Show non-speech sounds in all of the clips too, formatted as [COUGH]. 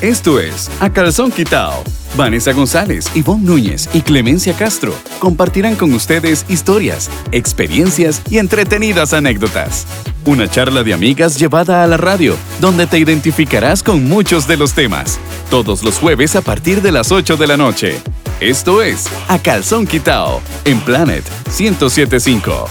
Esto es A Calzón Quitao. Vanessa González, Ivonne Núñez y Clemencia Castro compartirán con ustedes historias, experiencias y entretenidas anécdotas. Una charla de amigas llevada a la radio, donde te identificarás con muchos de los temas. Todos los jueves a partir de las 8 de la noche. Esto es A Calzón Quitao en Planet 1075.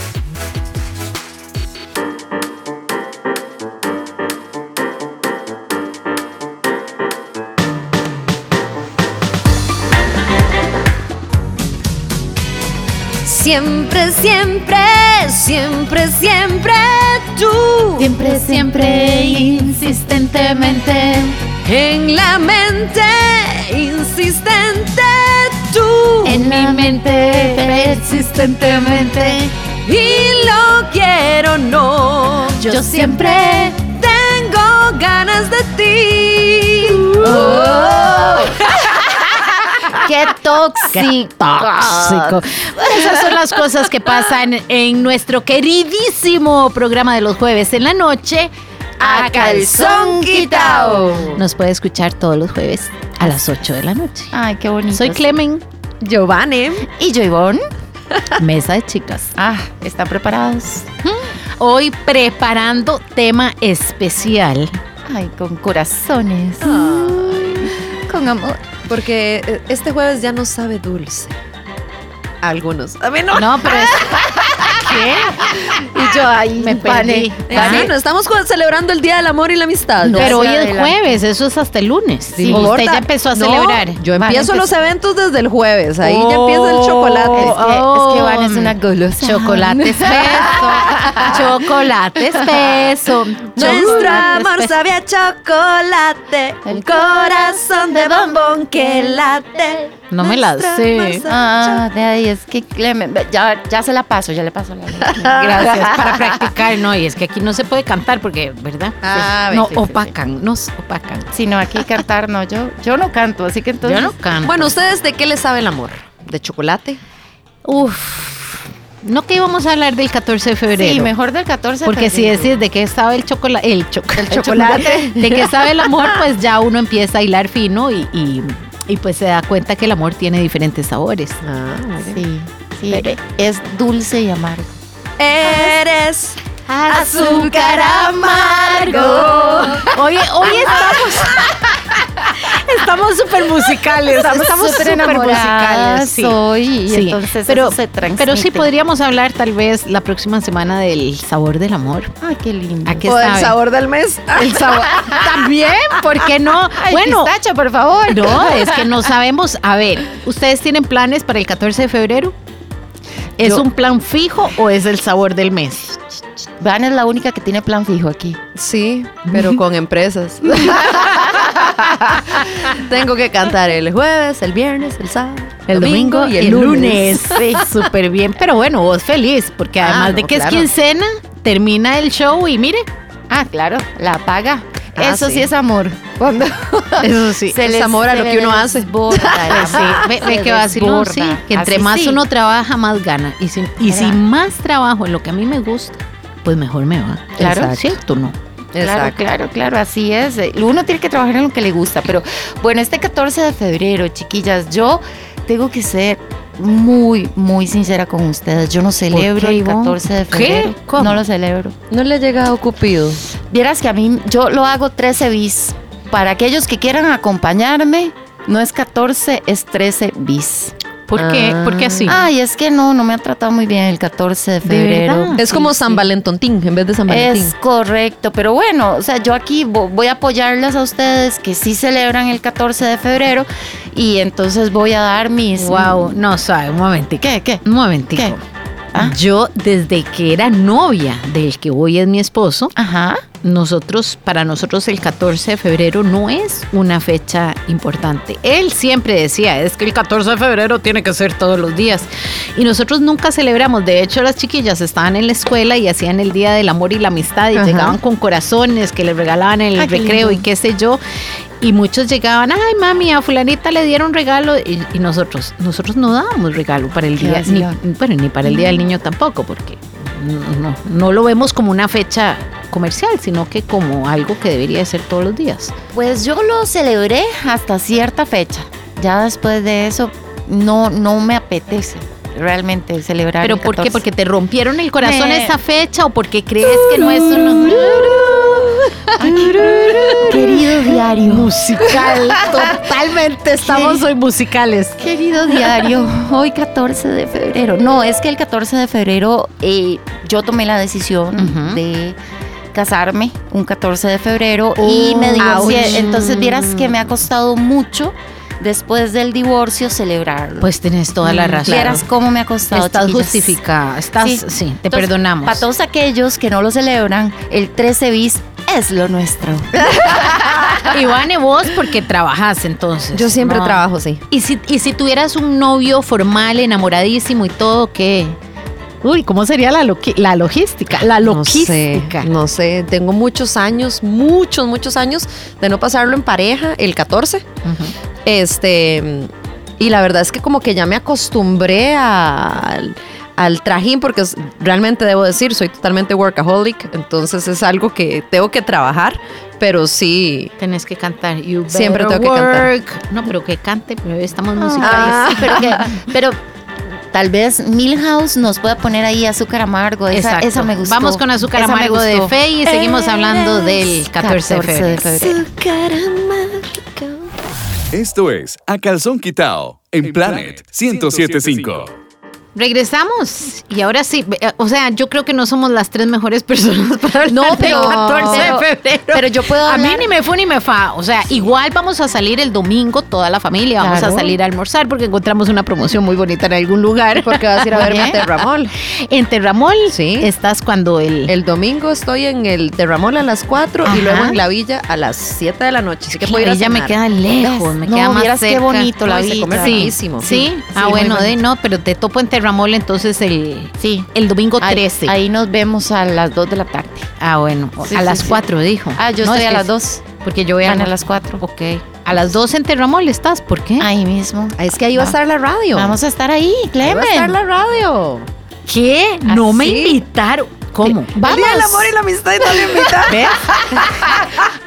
Siempre, siempre, siempre, siempre tú. Siempre, siempre, insistentemente. En la mente, insistente tú. En mi mente, persistentemente. Y lo quiero, no. Yo siempre. Tengo ganas de ti. Oh, [LAUGHS] ¡Qué tóxico! Qué tóxico. Esas son las cosas que pasan en nuestro queridísimo programa de los jueves en la noche. A calzón quitao. Nos puede escuchar todos los jueves a las 8 de la noche. Ay, qué bonito. Soy Clemen Giovanni. Y [LAUGHS] yo, Ivonne. Mesa de Chicas. Ah, ¿están preparados? Hoy preparando tema especial. Ah, Ay, con corazones. Con amor. Porque eh, este jueves ya no sabe dulce. Algunos. A mí no. No, [LAUGHS] pero es ¿Qué? Y yo ahí Me pane, perdí. Eh, pane. sí, no estamos ju- celebrando el Día del Amor y la Amistad. No, Pero hoy hacia es adelante. jueves, eso es hasta el lunes. Sí. usted Gorda, ya empezó a no, celebrar. Yo Vale, pues. empiezo los empezó. eventos desde el jueves. Ahí ya empieza el Es que, Oh, chocolate. Oh. es que Van es una golosa. [LAUGHS] Chocolate espeso. Chocolate espeso. chocolate Nuestra amor espeso. sabe a chocolate. El El corazón de bombón que late. No me la Nuestra sé. amor sabe a Ah, de ahí es que Clemen, ya, ya se la paso, ya le paso [LAUGHS] la Gracias para practicar. No, y es que aquí no se puede cantar porque, ¿verdad? Ah, no, sí, sí, sí. opacan, nos opacan. Si no, aquí cantar no, yo, yo no canto, así que entonces. Yo no canto. Bueno, ¿ustedes de qué les sabe el amor? ¿De chocolate? uff. No que íbamos a hablar del 14 de febrero. Sí, mejor del 14. Porque si también. decís de qué sabe el chocolate, el, choco- el chocolate. chocolate, de qué sabe el amor, pues ya [LAUGHS] uno empieza a hilar fino y, y- y pues se da cuenta que el amor tiene diferentes sabores. Ah, Sí, sí, es dulce y amargo. Eres Azúcar amargo. Hoy, hoy estamos estamos súper musicales, [LAUGHS] Ah, estamos súper musicales. sí. Hoy, y Sí, entonces pero- eso se transmite. Pero sí podríamos hablar tal vez la próxima semana del sabor del amor. Ay, qué lindo. ¿A qué o el sabe? sabor del mes. El [LAUGHS] sabor. [LAUGHS] También, ¿por qué [LAUGHS] no? Ay, bueno, pistacho, por favor. No, es que no sabemos. A ver, ¿ustedes tienen planes para el 14 de febrero? ¿Es Yo- un plan fijo o es el sabor del mes? Van es la única que tiene plan fijo aquí. Sí, [LAUGHS] pero con empresas. Tengo que cantar el jueves, el viernes, el sábado, [LAUGHS] Sí, súper bien. Pero bueno, vos feliz, porque Ah, además de no, que claro. es quincena, termina el show y mire. Ah, claro, la paga. Ah, eso sí. sí. es amor. Cuando Eso sí. es amor a lo que uno hace. [LAUGHS] Borda, Sí, ve, ve que vacilón, sí, que entre más uno trabaja, más gana. Y si, y si Claro. más trabajo en lo que a mí me gusta, pues mejor me va. Claro. Exacto. ¿Cierto o no? Claro, claro, claro, así es. Uno tiene que trabajar en lo que le gusta, pero bueno, este 14 de febrero, chiquillas, yo tengo que ser muy, muy sincera con ustedes. Yo no celebro qué, el Ivonne? 14 de ¿Qué? febrero. ¿Cómo? No lo celebro. No le ha llegado Cupido. Vieras que a mí, yo lo hago 13 bis. Para aquellos que quieran acompañarme, no es 14, es 13 bis. ¿Por qué? ¿Por qué así? Ay, es que no, no me ha tratado muy bien el 14 de febrero. verdad? Es Sí, como sí. San Valentín en vez de San Valentín. Es correcto, pero bueno, o sea, yo aquí vo- voy a apoyarlas a ustedes que sí celebran el 14 de febrero y entonces voy a dar mis... Wow, no sabe, un momentico. ¿Qué? ¿Qué? Un momentico. ¿Qué? Ah. Yo, desde que era novia del que hoy es mi esposo, Ajá. nosotros, para nosotros el 14 de febrero no es una fecha importante. Él siempre decía, es que el 14 de febrero tiene que ser todos los días. Y nosotros nunca celebramos. De hecho, las chiquillas estaban en la escuela y hacían el Día del Amor y la Amistad y Ajá. llegaban con corazones que les regalaban en el Ay, qué recreo lindo. y qué sé yo. Y muchos llegaban, ay mami, a fulanita le dieron regalo. Y, y nosotros, nosotros no dábamos regalo para el Qué día, ni, vacilón. bueno, ni para el Día del Niño tampoco, porque no, no, no lo vemos como una fecha comercial, sino que como algo que debería ser todos los días. Pues yo lo celebré hasta cierta fecha. Ya después de eso no, no me apetece realmente celebrar. ¿Pero el por qué? 14. ¿Porque te rompieron el corazón Me- esa fecha o porque crees que no es un Querido [LAUGHS] diario. musical? Totalmente estamos hoy musicales. Querido diario, hoy 14 de febrero. No, es que el 14 de febrero eh, yo tomé la decisión Ujú. de casarme un 14 de febrero y me divorcié. Oh, ouch. Entonces vieras que me ha costado mucho después del divorcio celebrarlo. Pues tenés toda la razón. Vieras cómo me ha costado. Estás chiquillas. justificada, estás, sí, Sí. te Entonces, perdonamos. [LAUGHS] Para todos aquellos que no lo celebran, el 13 bis es lo nuestro. Ivane, vos porque trabajas entonces. Yo siempre No. trabajo, sí. ¿Y si, y si tuvieras un novio formal, enamoradísimo y todo, ¿qué? Uy, ¿cómo sería la, loqui- la logística? La logística. No sé, no sé, tengo muchos años, muchos, muchos años de no pasarlo en pareja, el 14. Ujú. Este, y la verdad es que como que ya me acostumbré a- al, al trajín, porque es- realmente debo decir, soy totalmente workaholic, entonces es algo que tengo que trabajar, pero sí. Tenés que cantar. You Siempre better tengo que cantar. work. No, pero que cante, pero estamos Ay, musicales. sí, pero, [LAUGHS] que- pero tal vez Milhouse nos pueda poner ahí azúcar amargo. Esa, Exacto. esa me gustó. Vamos con azúcar Esa me amargo de gustó. fe y seguimos hablando del 14 de febrero. Esto es A Calzón Quitao en Planet 1075. Regresamos y ahora sí, eh, o sea, yo creo que no somos las tres mejores personas [LAUGHS] para hablar No, del pero- 14 de pero- febrero. pero yo puedo A mí hablar- ni me fue ni me fa. O sea, igual vamos a salir el domingo toda la familia, vamos Claro. a salir a almorzar porque encontramos una promoción muy bonita en algún [LAUGHS] lugar. Porque vas a ir a verme a Terramol. En Terramol Sí. ¿Mm? estás cuando el, El domingo estoy en el Terramol a las 4 Ajá. y luego en la villa a las 7 de la noche. Así que puedo ir a ella me cenar. queda lejos, me No, queda más vieras qué cerca. bonito la Ay, se villa. come Sí, riquísimo. Sí, sí, ah, muy bueno, de bonito. no, pero te topo en Terramol entonces el, Sí. el domingo Ahí- 13. Ahí, nos vemos a las 2 de la tarde. Ah, bueno, Sí, a sí, las sí. 4 dijo. Ah, yo No, estoy es a que las Ah, 2. Porque yo voy a, Van a las 4. Ok. A las 2 en Terramol estás, ¿por qué? Ahí mismo. Ah, Es que ahí va a estar la radio. Vamos a estar ahí, ahí va a estar Clemen. la radio. ¿Qué? No ¿Ah, me sí? invitaron. ¿Cómo? Vamos. la amistad [LAUGHS] no le invitan. ¿Ves?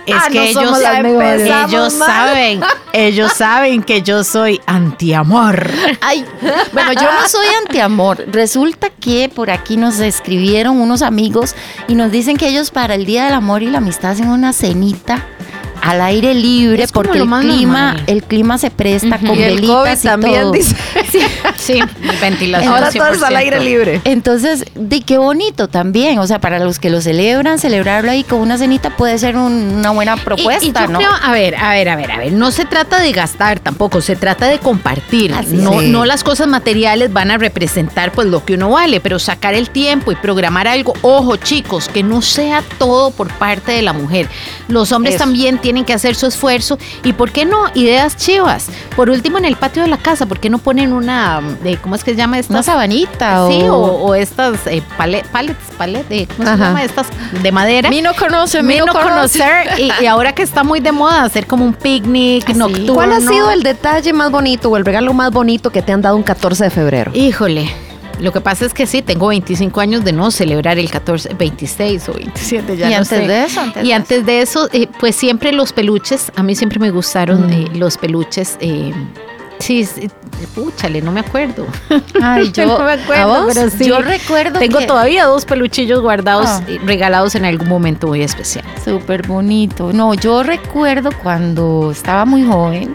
Es Ah, que no ellos, somos [LAUGHS] las mejores. ellos Empezamos mal. [LAUGHS] saben, ellos saben que yo soy antiamor. Ay, bueno, yo no soy antiamor. Resulta que por aquí nos escribieron unos amigos y nos dicen que ellos para el Día del Amor y la Amistad hacen una cenita al aire libre Es como porque lo el más clima, normal. el clima se presta Ujú. con Y el COVID velitas y también todo. dice. Sí, ventilación. Ahora todos al aire 100%. libre. Entonces, de qué bonito también, o sea, para los que lo celebran, celebrarlo ahí con una cenita puede ser un- una buena propuesta, Y- y yo ¿no? creo- a ver, a ver, a ver, a ver, no se trata de gastar tampoco, se trata de compartir. Así No, es. no las cosas materiales van a representar pues lo que uno vale, pero sacar el tiempo y programar algo, ojo chicos, que no sea todo por parte de la mujer. Los hombres Eso. también tienen que hacer su esfuerzo y por qué no, ideas chivas. Por último, en el patio de la casa, ¿por qué no ponen una, eh, ¿cómo es que se llama esta? Una sabanita Sí, o, o... o estas eh, pale- palets, palet, eh, ¿cómo se Ajá. llama? Estas de madera. Mí no conoce, mí Menos no conoce. conocer y, y ahora que está muy de moda hacer como un picnic Así. nocturno. ¿Cuál ha sido el detalle más bonito o el regalo más bonito que te han dado un 14 de febrero? Híjole. Lo que pasa es que sí, tengo 25 años de no celebrar el 14, 26 o 27, ya y no antes sé. de eso, antes y de antes de eso, eh, pues siempre los peluches, a mí siempre me gustaron Mm. eh, los peluches. eh, sí, sí, púchale, no me acuerdo. eso. [LAUGHS] [LAUGHS] Ay, yo, no me acuerdo, ¿a vos? pero sí. yo recuerdo Tengo que- todavía dos peluchillos guardados, Ah. eh, regalados en algún momento muy especial. Súper bonito. No, yo recuerdo cuando estaba muy joven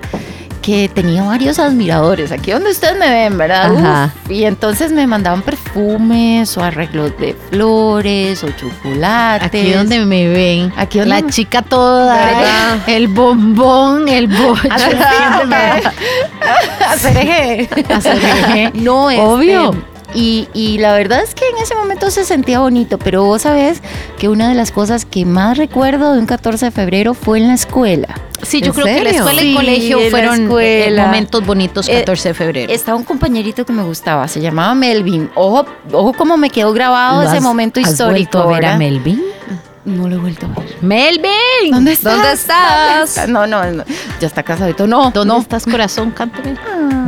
que tenía varios admiradores, aquí donde ustedes me ven, ¿verdad? Ajá. Uf, y entonces me mandaban perfumes o arreglos de flores o chocolates. Aquí donde me ven. Aquí donde La [LAUGHS] me- chica toda. ¿eh? ¿Verdad? El bombón, el boche. [LAUGHS] ¿eh? No, este, Obvio. Y, y la verdad es que en ese momento se sentía bonito, pero vos sabés que una de las cosas que más recuerdo de un 14 de febrero fue en la escuela. Sí, yo ¿En creo que la serio? escuela y el Sí, colegio la fueron eh, escuela. momentos bonitos Eh, 14 de febrero. Estaba un compañerito que me gustaba, se llamaba Melvin. Ojo, ojo cómo me quedó grabado ¿Lo ese has- momento has histórico. vuelto a ver a ¿verdad? Melvin? No lo he vuelto a ver. ¡Melvin! ¿Dónde estás? ¿Dónde estás? No, no, no. ya está casado y todo. No, ¿Dónde no. estás, corazón? Cántame.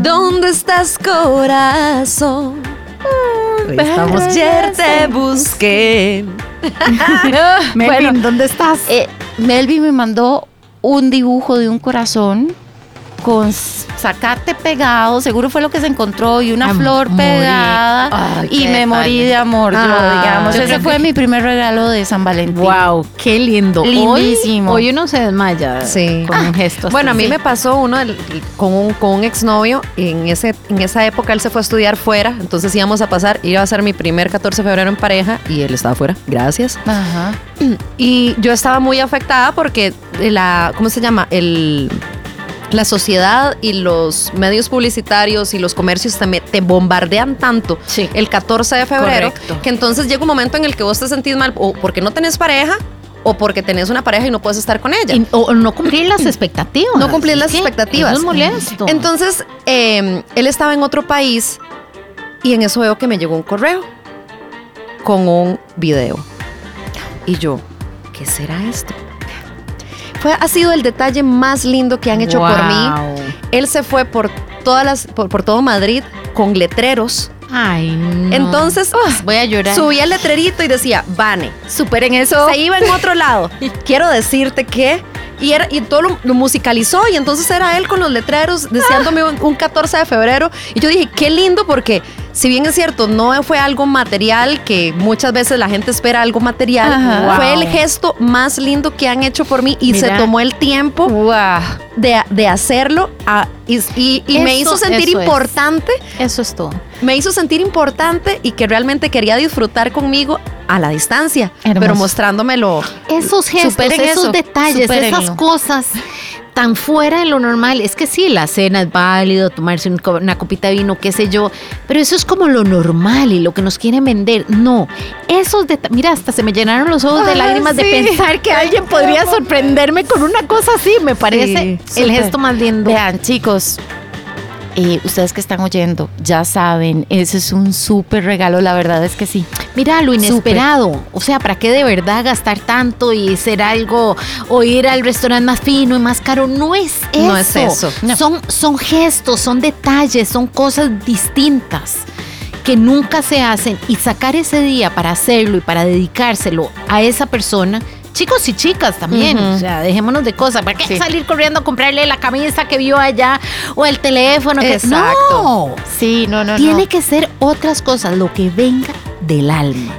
¿Dónde estás, corazón? Hoy estamos ayer te busqué. Melvin, Bueno. ¿dónde estás? Eh, Melvin me mandó un dibujo de un corazón con s- zacate pegado, seguro fue lo que se encontró, y una Am- flor morí. pegada. eh, Ay, y qué me detalle. morí de amor, yo, Ah, digamos. yo Ese creo fue mi primer regalo de San Valentín. Wow, qué lindo. Hoy- Lindísimo. Hoy, uno se desmaya Sí. con un gesto. así. Bueno, a mí Sí. me pasó uno del- con, un, con un exnovio. En, ese, en esa época él se fue a estudiar fuera. Entonces íbamos a pasar, iba a ser mi primer 14 de febrero en pareja y él estaba fuera. Gracias. Ajá. Y yo estaba muy afectada porque la, ¿cómo se llama? El, la sociedad y los medios publicitarios y los comercios te, me- te bombardean tanto Sí. el 14 de febrero Correcto. que entonces llega un momento en el que vos te sentís mal o porque no tenés pareja o porque tenés una pareja y no puedes estar con ella. Y- o, o no cumplir las expectativas. No cumplir las Sí, expectativas. Eso es molesto. Entonces, eh, él estaba en otro país y en eso veo que me llegó un correo con un video. Y yo, ¿qué será esto? Fue, ha sido el detalle más lindo que han hecho por mí. Wow. Él se fue por todas las, por, por todo Madrid con letreros. Ay, no. Ah. Entonces, voy a llorar. subía el letrerito y decía, Vane, Superen eso. se iba en otro lado. [LAUGHS] Quiero decirte que. Y, era- y todo lo, lo musicalizó y entonces era él con los letreros deseándome un, un 14 de febrero. Y yo dije, qué lindo porque si bien es cierto, no fue algo material, que muchas veces la gente espera algo material, Ajá. fue Wow. el gesto más lindo que han hecho por mí y se Mira. tomó el tiempo de, de hacerlo a- y, y- y me Eso- hizo sentir eso es. importante, Eso es todo. me hizo sentir importante y que realmente quería disfrutar conmigo a la distancia, pero Hermoso. mostrándomelo. Esos gestos, Superen esos eso, detalles, supérenlo. esas cosas tan fuera de lo normal. Es que sí, la cena es válido, tomarse un co- una copita de vino, qué sé yo, pero eso es como lo normal y lo que nos quieren vender. No, esos detalles. Mira, hasta se me llenaron los ojos de Ah, lágrimas de sí. pensar que alguien podría sorprenderme con una cosa así. Me parece el súper. gesto más lindo. Vean, chicos, eh, ustedes que están oyendo, ya saben, ese es un súper regalo, la verdad es que sí. Mira, lo inesperado. O sea, ¿para qué de verdad gastar tanto y ser algo o ir al restaurante más fino y más caro? No es eso. No es eso, no. Son, son gestos, son detalles, son cosas distintas que nunca se hacen y sacar ese día para hacerlo y para dedicárselo a esa persona. Chicos y chicas también, Ujú. o sea, dejémonos de cosas. ¿Para qué Sí. salir corriendo a comprarle la camisa que vio allá o el teléfono? Que... Exacto. No, Sí, no, no, tiene que ser otras cosas, lo que venga del alma.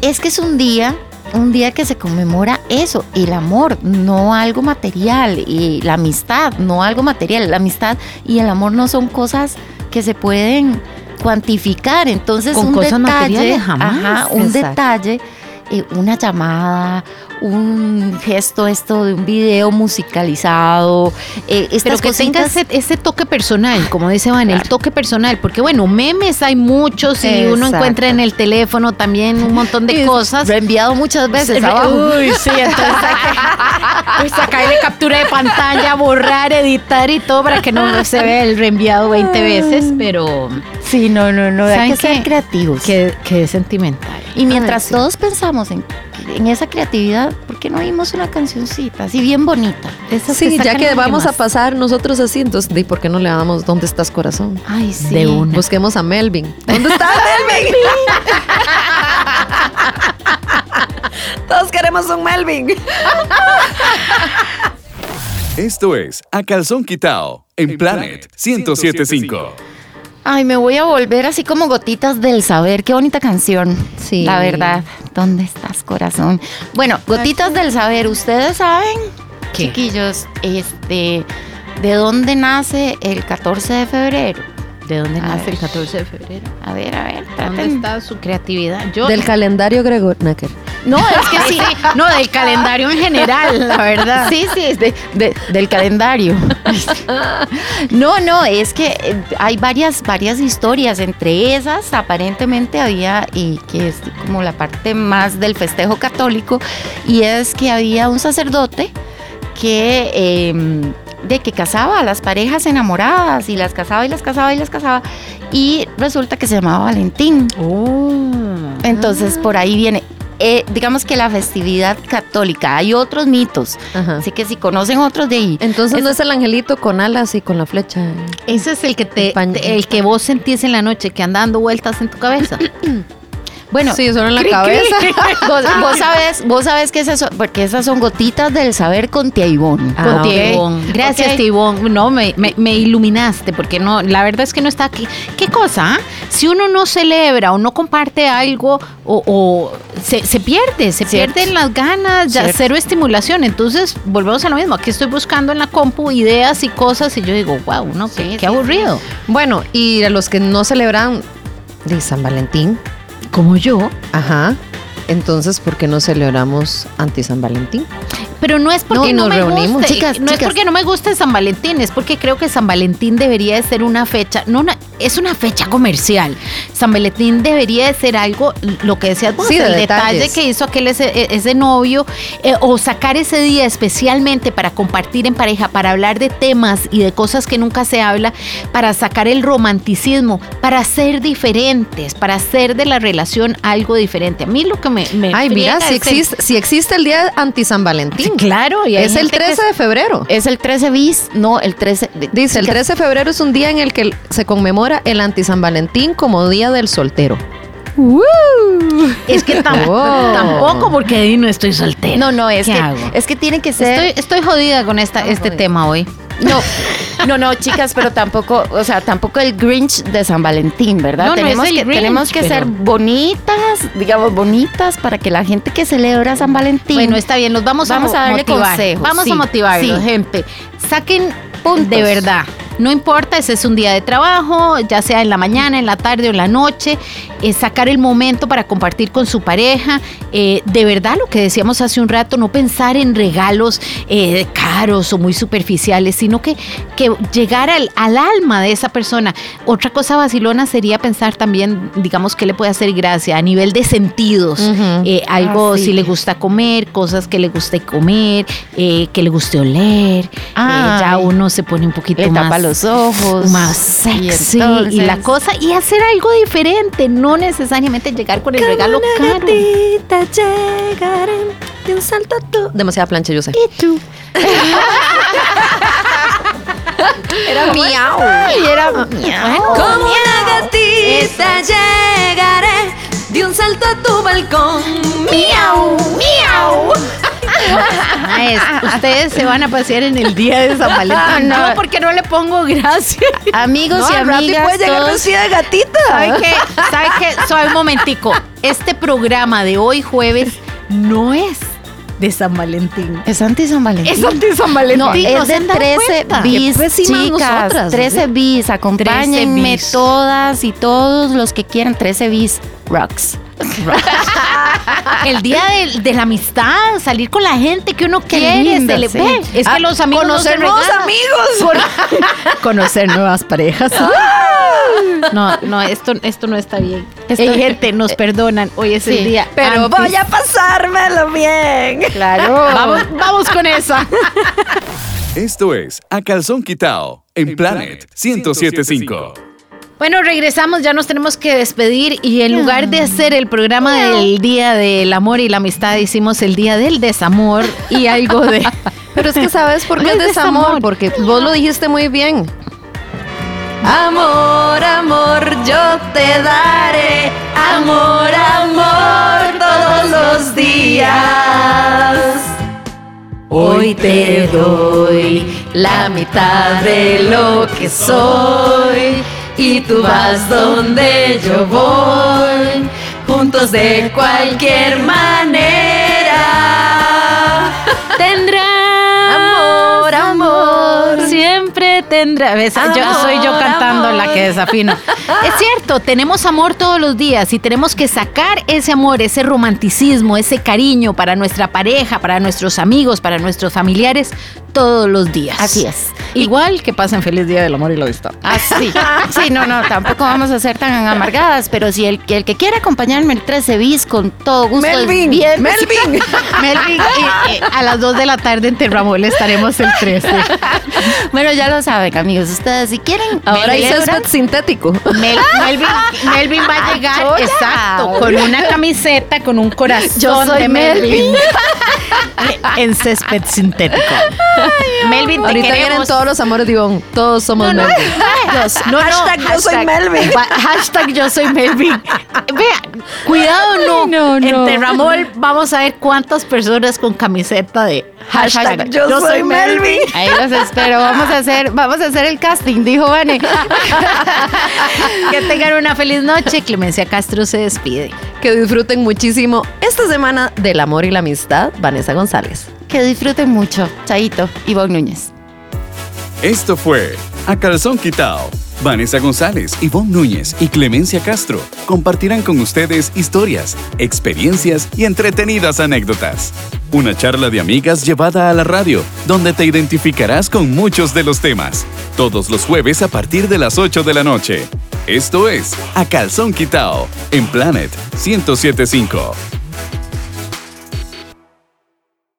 Es que es un día, un día que se conmemora eso, el amor, no algo material, y la amistad, no algo material. La amistad y el amor no son cosas que se pueden cuantificar. Entonces, Con un cosas detalle, materiales jamás. ajá, un Exacto. detalle, eh, una llamada, un gesto, esto de un video musicalizado, eh, Pero estas que tenga cositas. ese, ese toque personal, como dice Van, el Claro. toque personal, porque bueno, memes hay muchos y uno Exacto. encuentra en el teléfono también un montón de Y cosas. Lo he enviado muchas veces. Re- abajo. Uy, sí, entonces hay que [LAUGHS] sacarle captura de pantalla, borrar, editar y todo para que no se vea el reenviado 20 veces, pero Sí, no, no, no. Hay ¿Saben que ser qué? creativos. que, que es sentimental. Y mientras sí. todos pensamos en, en esa creatividad, ¿por qué no oímos una cancioncita así bien bonita? Esas Sí, ya sacan que vamos a lágrimas. pasar nosotros así, entonces, ¿y por qué no le damos dónde estás, corazón? Ay, sí. De una. Busquemos a Melvin. ¿Dónde está Melvin? Todos queremos un Melvin. Esto es A Calzón Quitao en Planet 1075. Ay, me voy a volver así como gotitas del saber. Qué bonita canción. Sí. La verdad. ¿Dónde estás, corazón? Bueno, gotitas del saber. Ustedes saben, ¿Qué? chiquillos, este, ¿de dónde nace el 14 de febrero? ¿De dónde A nace ver. el 14 de febrero? A ver, a ver, ¿Dónde traten. está su creatividad? Yo [LAUGHS] Del calendario Gregor Nacker. No, es que sí. no, del calendario en general, [LAUGHS] la verdad. Sí, sí, es de- de- [LAUGHS] del calendario. No, no, es que eh, hay varias, varias historias. Entre esas, aparentemente había, y que es como la parte más del festejo católico, y es que había un sacerdote que eh, de que casaba a las parejas enamoradas y las casaba y las casaba y las casaba y resulta que se llamaba Valentín. Oh. Ah. Entonces por ahí viene. eh, digamos que la festividad católica. Hay otros mitos. Ajá. Así que si conocen otros de ahí. Entonces no Eso- es el angelito con alas y con la flecha. Ese es el que te, El paño. te- el que vos sentís en la noche, que anda dando vueltas en tu cabeza. Bueno, sí, solo en la cri, cabeza. vos, vos sabés, vos sabés que esas son, porque esas son gotitas del saber con tía Ivonne. Ah, Con ok. Tibón. Gracias, Ok. Tibón. No, me, me- me iluminaste, porque no, la verdad es que no está aquí. ¿Qué cosa? ah? Si uno no celebra o no comparte algo, o, o se, se pierde, se Cierto. pierden las ganas, ya Cierto. cero estimulación. Entonces, volvemos a lo mismo. Aquí estoy buscando en la compu ideas y cosas, y yo digo, wow, no, qué, Sí, qué sí, aburrido. Bueno, y a los que no celebran de San Valentín, Como yo. ajá. Entonces, ¿por qué no celebramos anti San Valentín? Pero no es porque No, nos no, me reunimos. guste, Chicas, no es chicas. porque no me guste San Valentín, es porque creo que San Valentín debería de ser una fecha, no una- es una fecha comercial. San Valentín debería de ser algo, lo que decías vos, Sí, de el detalle detalles. que hizo aquel ese, e, ese novio, eh, o sacar ese día especialmente para compartir en pareja, para hablar de temas y de cosas que nunca se habla, para sacar el romanticismo, para ser diferentes, para hacer de la relación algo diferente. A mí lo que me... me Ay, mira, friega si es este el- existe, si existe el día anti San Valentín. Claro, y hay Es el gente que 13 de febrero. Es el 13 bis, no, el 13. Dice, el Chicas, 13 de febrero es un día en el que se conmemora el anti San Valentín como Día del Soltero. Es que tam- Oh. tampoco porque ahí no estoy soltera. No, no, es ¿Qué que, hago? es que tiene que ser. estoy, estoy jodida con esta, este jodida. tema hoy. No, no, no, chicas, pero tampoco, o sea, tampoco el Grinch de San Valentín, ¿verdad? No, no tenemos, es el que, Grinch, tenemos que pero- ser bonitas, digamos, bonitas para que la gente que celebra San Valentín. Bueno, está bien, los vamos, Vamos mo- a darle motivar. consejos, Vamos sí, a motivarlos, sí. gente. Saquen Puntos. de verdad. No importa, ese es un día de trabajo, ya sea en la mañana, en la tarde o en la noche, eh, sacar el momento para compartir con su pareja. Eh, de verdad, lo que decíamos hace un rato, no pensar en regalos eh, caros o muy superficiales, sino que, que llegar al, al alma de esa persona. Otra cosa vacilona sería pensar también, digamos, qué le puede hacer gracia a nivel de sentidos. Ujú. Eh, algo Ah, sí. si le gusta comer, cosas que le guste comer, eh, que le guste oler. eh, ya Ay. uno se pone un poquito Le tapa más, los ojos. más sexy y, Y entonces- la cosa y hacer algo diferente, no necesariamente llegar con el regalo caro. Demasiada plancha, yo sé. [LAUGHS] Era miau. Ay, era. Ah, Bueno, Como una gatita llegaré de un salto a tu balcón. Miau, miau. Maes, ustedes se van a pasear en el día de San Valentín. No, no. Ah, No, porque no le pongo gracia. amigos y al rato amigas, puede llegar todos- vestida de gatita. ¿Sabe qué? ¿Sabe qué? Suave un momentico. Este programa de hoy jueves no es de San Valentín. Es anti San Valentín. anti San Valentín. No, es de 13 bis, Qué pésimas chicas, nosotras, ¿eh? 13 bis, acompáñenme 13 bis. todas y todos los que quieran, 13 bis, rocks. El día del- de, la amistad, salir con la gente que uno Qué quiere, lindo, se le sí. ve. Es que los amigos no se regalan. [LAUGHS] Conocer nuevas parejas. No, no, esto, esto eh, no está bien. Esto- Ey, gente, nos perdonan. Hoy es sí, el día. Pero antes. voy a pasármelo bien. Claro. Vamos, vamos con esa. Esto es A Calzón Quitao en Planet 1075. [LAUGHS] Bueno, regresamos, ya nos tenemos que despedir y en lugar de hacer el programa del Día del Amor y la Amistad, hicimos el Día del Desamor y algo de... Pero es que sabes por qué No es es desamor, desamor. porque vos lo dijiste muy bien. Amor, amor, yo te daré. Amor, amor, todos los días. Hoy te doy la mitad de lo que soy. Y tú vas donde yo voy. Juntos de cualquier manera. Tendrá Amor, amor. Siempre tendrá. ¿Ves? yo, Amor, soy yo cantando amor. la que desafino. es cierto, tenemos amor todos los días y tenemos que sacar ese amor, ese romanticismo, ese cariño para nuestra pareja, para nuestros amigos, para nuestros familiares todos los días. Así es. Igual que pasen feliz día del amor y la amistad. Así. [LAUGHS] Sí, no, no, tampoco vamos a ser tan amargadas, pero si el, el que quiera acompañarme el 13 bis con todo gusto. el Melvin, viernes- Melvin. [LAUGHS] Melvin, eh, eh, a las 2 de la tarde en Terramol estaremos el 13. Bueno, ya lo saben, amigos. Ustedes, si quieren. Ahora me hay celebran, césped sintético. Mel- Melvin, Melvin va a llegar, chola. exacto, con una camiseta, con un corazón Yo soy de Melvin. [LAUGHS] en césped sintético. Melvin, te Ahorita vienen queremos. todos los amores de Ivonne. Todos somos Melvin. Dios, no, no, Hashtag yo soy Melvin. Va- Hashtag yo soy Melvin. Vea, cuidado no. no, no. En Terramol vamos a ver cuántas personas con camiseta de hashtag, yo, soy, Melvin. Ahí los espero. Vamos a hacer, vamos a hacer el casting, dijo Vane. Que tengan una feliz noche. Clemencia Castro se despide. Que disfruten muchísimo esta semana del amor y la amistad. Vanessa González. Que disfruten mucho. Chaito, Ivonne Núñez. Esto fue A Calzón Quitao. Vanessa González, Ivonne Núñez y Clemencia Castro compartirán con ustedes historias, experiencias y entretenidas anécdotas. Una charla de amigas llevada a la radio, donde te identificarás con muchos de los temas. Todos los jueves a partir de las 8 de la noche. Esto es A Calzón Quitao en Planet 1075.